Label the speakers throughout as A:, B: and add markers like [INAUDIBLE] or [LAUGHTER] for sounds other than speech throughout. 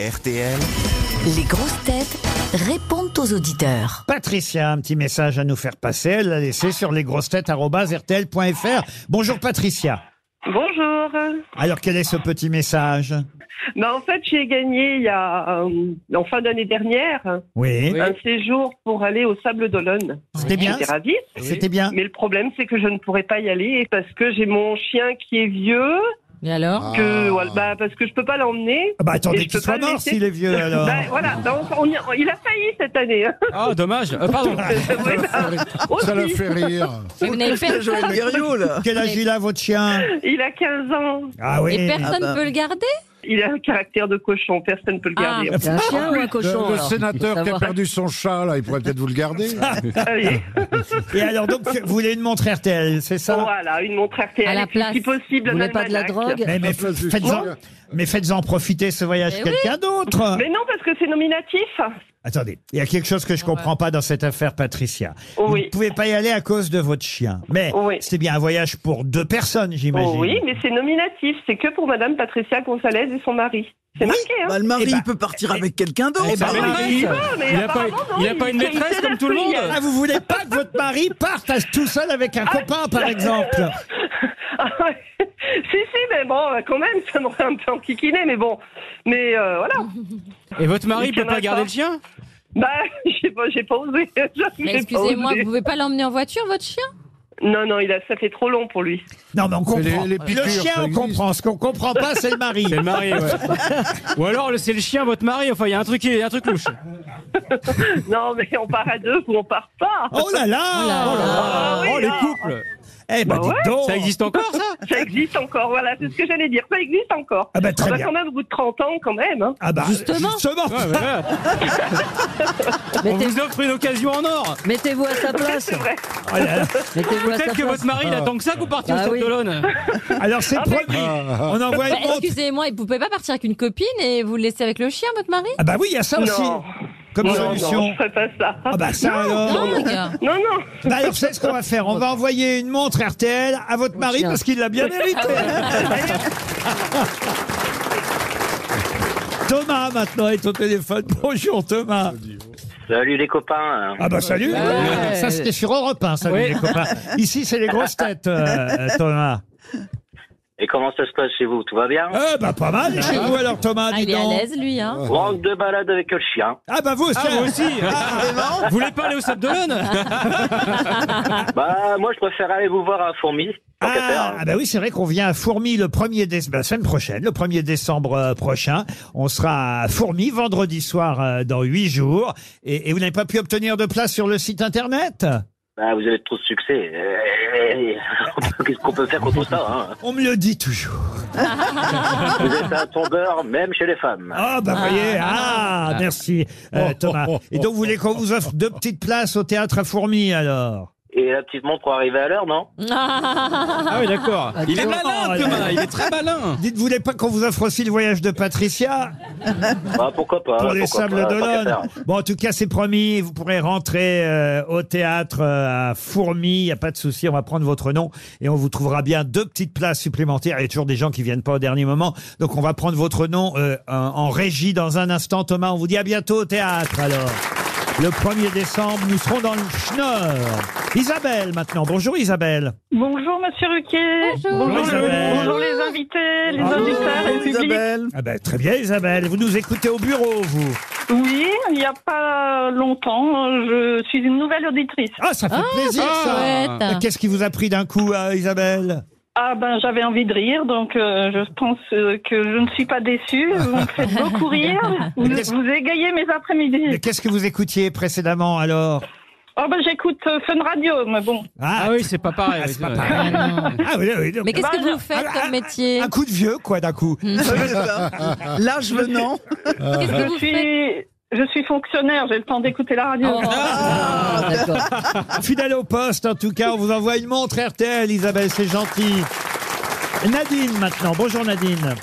A: RTL.
B: Les grosses têtes répondent aux auditeurs.
C: Patricia a un petit message à nous faire passer. Elle l'a laissé sur lesgrossetêtes.rtl.fr. Bonjour Patricia.
D: Bonjour.
C: Alors quel est ce petit message
D: Bah, en fait, j'ai gagné il y a, euh, en fin d'année dernière
C: Oui.
D: un séjour pour aller au Sable d'Olonne.
C: C'était
E: Ah,
C: bien
D: J'étais ravie.
C: C'était bien
D: Mais le problème, c'est que je ne pourrais pas y aller parce que j'ai mon chien qui est vieux,
E: Et alors
F: Ah.
D: que, ouais, bah, parce que je peux pas l'emmener.
C: Ah Bah attendez
D: Et je
C: qu'il
D: peux pas
C: soit
D: le
C: mort
D: laisser.
C: s'il est
D: [LAUGHS]
C: vieux alors.
D: Bah, voilà, Bah, on- on y- on- il a failli cette année.
E: [LAUGHS]
D: hein.
G: Ah, dommage. Euh, pardon.
D: Ouais, bah, [LAUGHS]
F: Ça la
D: aussi.
F: fait rire.
E: Mais Vous n'avez fait-
C: Quel âge il a votre chien
D: il a 15 ans,
C: Ah oui.
E: Et personne ne peut le garder
D: il a un caractère de cochon, personne ne peut le
E: Ah,
D: garder.
E: c'est un chien ou un cochon
F: le le
E: alors
F: sénateur qui a
E: Savoir.
F: perdu son chat, là, il pourrait peut-être vous le [LAUGHS] garder.
E: [LAUGHS]
D: Allez.
C: Et alors donc vous voulez une montre RTL, c'est ça
D: Voilà, une montre RTL.
E: À la
D: et puis,
E: place.
D: Si possible,
E: Vous
D: un
E: voulez pas de la
D: almanach.
E: drogue
C: Mais, mais
F: Ah, ça, c'est
C: faites-en
F: sûr.
C: mais faites-en profiter ce voyage
E: Eh
C: quelqu'un d'autre.
D: Mais non, parce que c'est nominatif.
C: Attendez, il y a quelque chose que je comprends pas dans cette affaire, Patricia.
D: Oh
C: Vous
D: oui.
C: ne pouvez pas y aller à cause de votre chien. Mais
D: Oh oui.
C: c'est bien un voyage pour deux personnes, j'imagine.
D: Oh oui, mais c'est nominatif. C'est que pour Madame Patricia Gonzalez et son mari. C'est
C: Oui,
D: marqué, hein
H: Bah, le mari,
C: Eh ben,
H: il peut partir
C: eh-
H: avec quelqu'un d'autre.
C: Eh ben,
G: Sa
C: oui.
G: maîtresse.
D: Ah, mais
G: Il a pas,
D: apparemment, non,
G: il a pas une
D: il-
G: maîtresse
D: il
G: comme tout le
D: s'énerve,
G: monde
C: Ah, vous voulez pas que votre mari parte à- tout seul avec un copain, par exemple
D: [LAUGHS] Ah ouais. si, si, mais bon, euh, quand même, ça m'aurait un peu enquiquiné, mais bon. Mais euh, voilà.
G: Et votre mari
D: Il
G: peut
D: tiendra
G: pas garder
D: pas.
G: le chien
D: Bah, [LAUGHS] j'ai pas, j'ai pas osé. [LAUGHS] J'ai
E: Mais
D: pas
E: excusez-moi,
D: osé.
E: vous pouvez pas l'emmener en voiture, votre chien
D: Non, non, il a, ça fait trop long pour lui. [LAUGHS]
C: Non, mais on
F: Mais
C: comprend.
F: les- les
C: le
F: piqûres,
C: chien,
F: ça
C: on
F: existe.
C: comprend. Ce qu'on comprend pas, c'est le mari.
G: C'est le mari, ouais. [LAUGHS] Ou alors le- c'est le chien, votre mari. Enfin, il y a un truc, qui- il y a un truc louche.
D: Non, mais on part à deux ou on part pas.
C: Oh là
E: Oh là
C: là
D: Ah, oui,
G: oh, les
D: ah.
G: couples
C: Eh ben,
D: Bah ouais.
C: dites donc
G: Ça existe encore, ça
D: Ça existe encore, voilà, c'est ce que j'allais dire. Ça existe encore.
C: Ah bah, très
D: On va
C: bien.
D: quand même au bout de 30 ans, quand même. hein.
C: Ah bah, justement,
E: Justement.
G: Ouais, voilà. [LAUGHS] On vous offre une occasion en or
E: Mettez-vous à sa place
D: C'est vrai.
C: Oh là là.
E: Mettez-vous à sa
G: Peut-être que
E: place
G: votre mari, il attend que ça que vous partiez au
E: Ah
G: Stade
E: oui.
G: de l'Aune.
C: Alors
D: Ah
C: c'est
D: bah
F: Ah,
C: promis, on envoie
E: Bah,
C: une montre.
E: Excusez-moi, vous pouvez pas partir avec une copine et vous le laisser avec le chien, votre mari
C: Ah bah oui, il y a ça aussi,
D: Non.
C: comme
D: Non, non,
C: solution.
D: je ferai pas ça.
C: Ah bah ça alors
E: Dingue
D: Non, non.
C: Bah alors, c'est ce qu'on va faire. On va envoyer une montre RTL à votre mari
E: chien.
C: parce qu'il l'a bien mérité. Thomas, maintenant, est au téléphone. Bonjour, Thomas.
I: Salut les copains.
C: Ah bah, salut.
E: Ouais.
C: Ça, c'était sur Europe 1, salut
G: Oui.
C: les copains. Ici, c'est les grosses têtes, euh, euh, Thomas.
I: Et comment ça se passe chez vous Tout va bien
C: Eh bah, pas mal chez vous, alors, Thomas,
E: Ah,
C: dis
E: il est à
C: donc.
E: l'aise, lui, hein
I: Grande de balade avec le chien.
C: Ah bah, vous aussi.
G: Ah, vous
C: hein.
G: aussi Vous voulez pas aller au Stade de l'Aune
I: Bah [LAUGHS] moi je préfère aller vous voir à Fourmi. Tant qu'à faire,
C: Ah,
I: hein.
C: ah bah oui, c'est vrai qu'on vient à Fourmi le 1er décembre, la semaine prochaine, le 1er décembre euh, prochain. On sera à Fourmi vendredi soir euh, dans huit jours. Et, et vous n'avez pas pu obtenir de place sur le site internet
I: Bah, vous avez trop de succès. [LAUGHS] Euh, Qu'est-ce qu'on peut faire contre ça hein
C: On me le dit toujours.
I: Vous êtes un tombeur même chez les femmes.
C: Ah bah voyez, ah, merci euh, Thomas. Et donc vous voulez qu'on vous offre deux petites places au théâtre à Fourmi alors
I: Et la petite montre pour arriver à l'heure, non
G: Ah oui, d'accord. Il est malin,
C: Thomas.
G: Thomas. Il est très malin.
C: Dites, vous voulez pas qu'on vous offre aussi le voyage de Patricia
I: Bah pourquoi pas
C: pour les
I: pourquoi
C: sables
I: pas, tant qu'à
C: d'Olonne.
I: faire.
C: Bon, en tout cas, c'est promis. Vous pourrez rentrer euh, au théâtre euh, à Fourmi. Il n'y a pas de souci. On va prendre votre nom et on vous trouvera bien deux petites places supplémentaires. Il y a toujours des gens qui viennent pas au dernier moment. Donc, on va prendre votre nom euh, en, en régie dans un instant. Thomas, on vous dit à bientôt au théâtre alors. Le 1er décembre, nous serons dans le Schnorr. Isabelle maintenant. Bonjour Isabelle.
D: Bonjour, monsieur Ruquier.
E: Bonjour.
C: Bonjour, Isabelle.
D: Bonjour, les invités, les
C: Bonjour,
D: auditeurs et le public.
C: [LAUGHS]
H: Isabelle.
C: Ah ben, très bien Isabelle. Vous nous écoutez au bureau, vous.
D: Oui, il n'y a pas longtemps, je suis une nouvelle auditrice.
C: Ah, ça fait plaisir ça.
E: chouette.
C: Qu'est-ce qui vous a pris d'un coup, euh, Isabelle
D: Ah ben, j'avais envie de rire, donc euh, je pense euh, que je ne suis pas déçue. Vous me faites beaucoup
E: [LAUGHS]
D: rire. Vous,
C: Mais qu'est-ce-
D: vous égayez mes
C: Mais
D: après-midi.
C: qu'est-ce que vous écoutiez précédemment alors
D: Oh ben, j'écoute euh, Fun Radio, mais bon.
G: Ah oui, c'est pas pareil.
C: Ah, c'est pas
G: ouais.
C: pareil. Ah oui, oui, oui.
E: Mais qu'est-ce Hmm. que
D: Bah,
E: vous faites
C: ah, ah,
E: comme métier
C: Un coup de vieux, quoi, d'un coup. [LAUGHS]
H: L'âge venant.
E: Qu'est-ce
J: ah,
E: que
D: Je
E: vous faites
D: suis, je suis fonctionnaire, j'ai le temps d'écouter la radio.
E: Oh. Ah, d'accord.
C: Fidèle au poste, en tout cas, on vous envoie une montre RTL, Isabelle, c'est gentil. Nadine, maintenant. Bonjour, Nadine.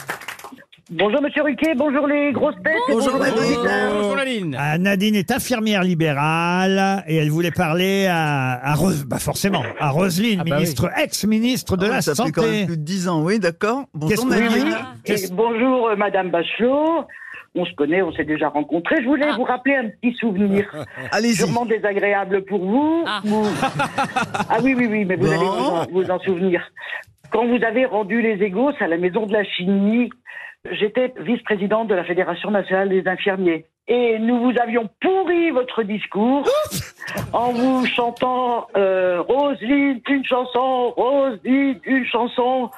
J: Bonjour Monsieur Ruquet, bonjour les grosses têtes. et
H: Bonjour, madame.
J: les auditeurs.
G: Bonjour la ligne.
C: Ah, Nadine est infirmière libérale et elle voulait parler à, à Rose, bah forcément, à Roselyne,
G: bah oui.
C: ministre, ex-ministre de
H: Ah,
C: la
H: ça fait quand même
C: Santé.
H: plus de 10 ans, oui, d'accord.
C: Qu'est-ce que
H: Bonjour
C: vous-
H: Nadine.
C: Qu'est-ce-
J: Et bonjour euh, Madame Bachelot. on se connaît, on s'est déjà rencontrés. Je voulais
E: Ah.
J: vous rappeler un petit souvenir,
H: Allez-y.
J: sûrement désagréable pour vous.
E: Ah.
J: ou- Ah oui, oui, oui, mais vous
H: Non.
J: allez vous en, vous en souvenir. Quand vous avez rendu les égos à la maison de la chimie, j'étais vice-présidente de la Fédération nationale des infirmiers. Et nous vous avions pourri votre discours en vous chantant euh, Roselyne, une chanson, Roselyne, une chanson.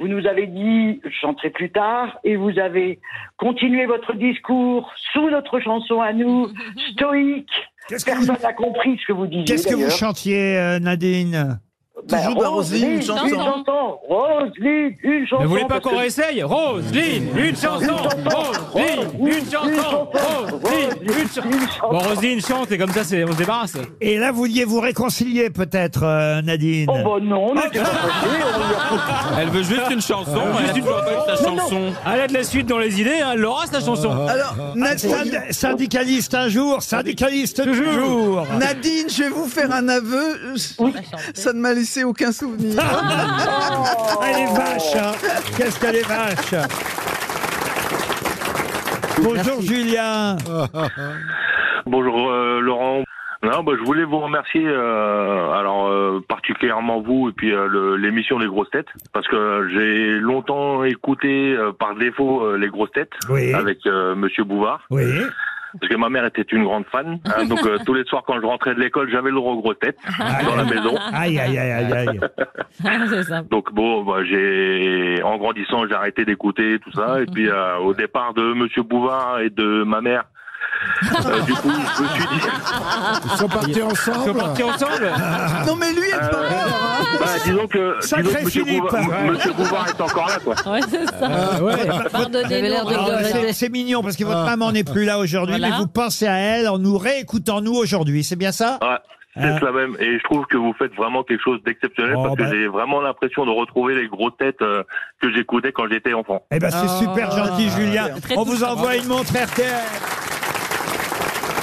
J: Vous nous avez dit, je chanterai plus tard, et vous avez continué votre discours sous notre chanson à nous, stoïque.
C: Qu'est-ce que vous,
J: Personne n'a compris ce que vous disiez.
C: qu'est-ce que vous
J: d'ailleurs.
C: chantiez, euh, Nadine
H: Toujours de la Roselyne, une chanson.
J: Une chanson, Roselyne, une chanson.
G: Vous voulez pas
J: parce
G: qu'on
J: que-
G: réessaye Roselyne, une chanson Roselyne, une chanson Roselyne, une chanson
J: Une chanson.
G: Bon, Roselyne chante et comme ça, c'est- on se débarrasse.
C: Et là, vous vouliez vous réconcilier peut-être, euh, Nadine
J: Oh bah non, mais c'est pas possible. on lui a-
A: Elle veut juste une chanson. Elle veut pas sa chanson.
G: Euh, Elle a de la suite dans les idées, hein, elle aura sa chanson.
H: Alors,
C: Ah,
H: Nadine,
C: Synd- syndicaliste un jour, syndicaliste toujours.
H: Nadine, je vais vous faire un aveu. Ça ne m'a laissé aucun souvenir.
C: Ah. [LAUGHS] Elle est vache, hein. Qu'est-ce qu'elle est vache Bonjour Julien.
I: Bonjour euh, Laurent. Non, bah, je voulais vous remercier, euh, alors euh, particulièrement vous et puis euh, le- l'émission Les Grosses Têtes, parce que j'ai longtemps écouté euh, par défaut euh, Les Grosses Têtes
C: Oui.
I: avec euh, Monsieur Bouvard,
C: Oui.
I: parce que ma mère était une grande fan, hein, donc euh, tous les soirs quand je rentrais de l'école, j'avais le gros tête dans la maison.
C: Aïe aïe aïe aïe aïe.
E: [LAUGHS] C'est simple.
I: Donc bon, bah, j'ai en grandissant, j'ai arrêté d'écouter tout ça. Et puis euh, au départ de Monsieur Bouvard et de ma mère, euh, du coup, je me suis dit,
F: Ils sont partis
G: On peut
F: ensemble
G: partir ensemble
H: Non, mais lui, il est
I: Euh,
H: pas mort. hein.
I: bah, disons que,
C: Sacré
I: disons que Monsieur,
C: Philippe.
I: Bouvard,
C: Ouais.
I: Monsieur Bouvard est encore là, quoi.
E: Ouais, c'est ça.
B: Euh, Vous avez l'air de
E: Pardonnez-nous.
B: le
C: Alors,
B: regretter.
C: Ah, c'est- C'est mignon parce que votre
F: Ah.
C: maman n'est plus là aujourd'hui,
E: Voilà.
C: mais vous pensez à elle en nous réécoutant nous aujourd'hui, c'est bien ça
I: Ouais, c'est
C: Euh.
I: cela même. Et je trouve que vous faites vraiment quelque chose d'exceptionnel
C: Oh,
I: parce que
C: bah.
I: j'ai vraiment l'impression de retrouver les grosses têtes euh, que j'écoutais quand j'étais enfant.
C: Eh ben c'est
H: Ah.
C: super gentil Julien.
E: Très
C: On vous
E: touchant.
C: envoie une montre RTL.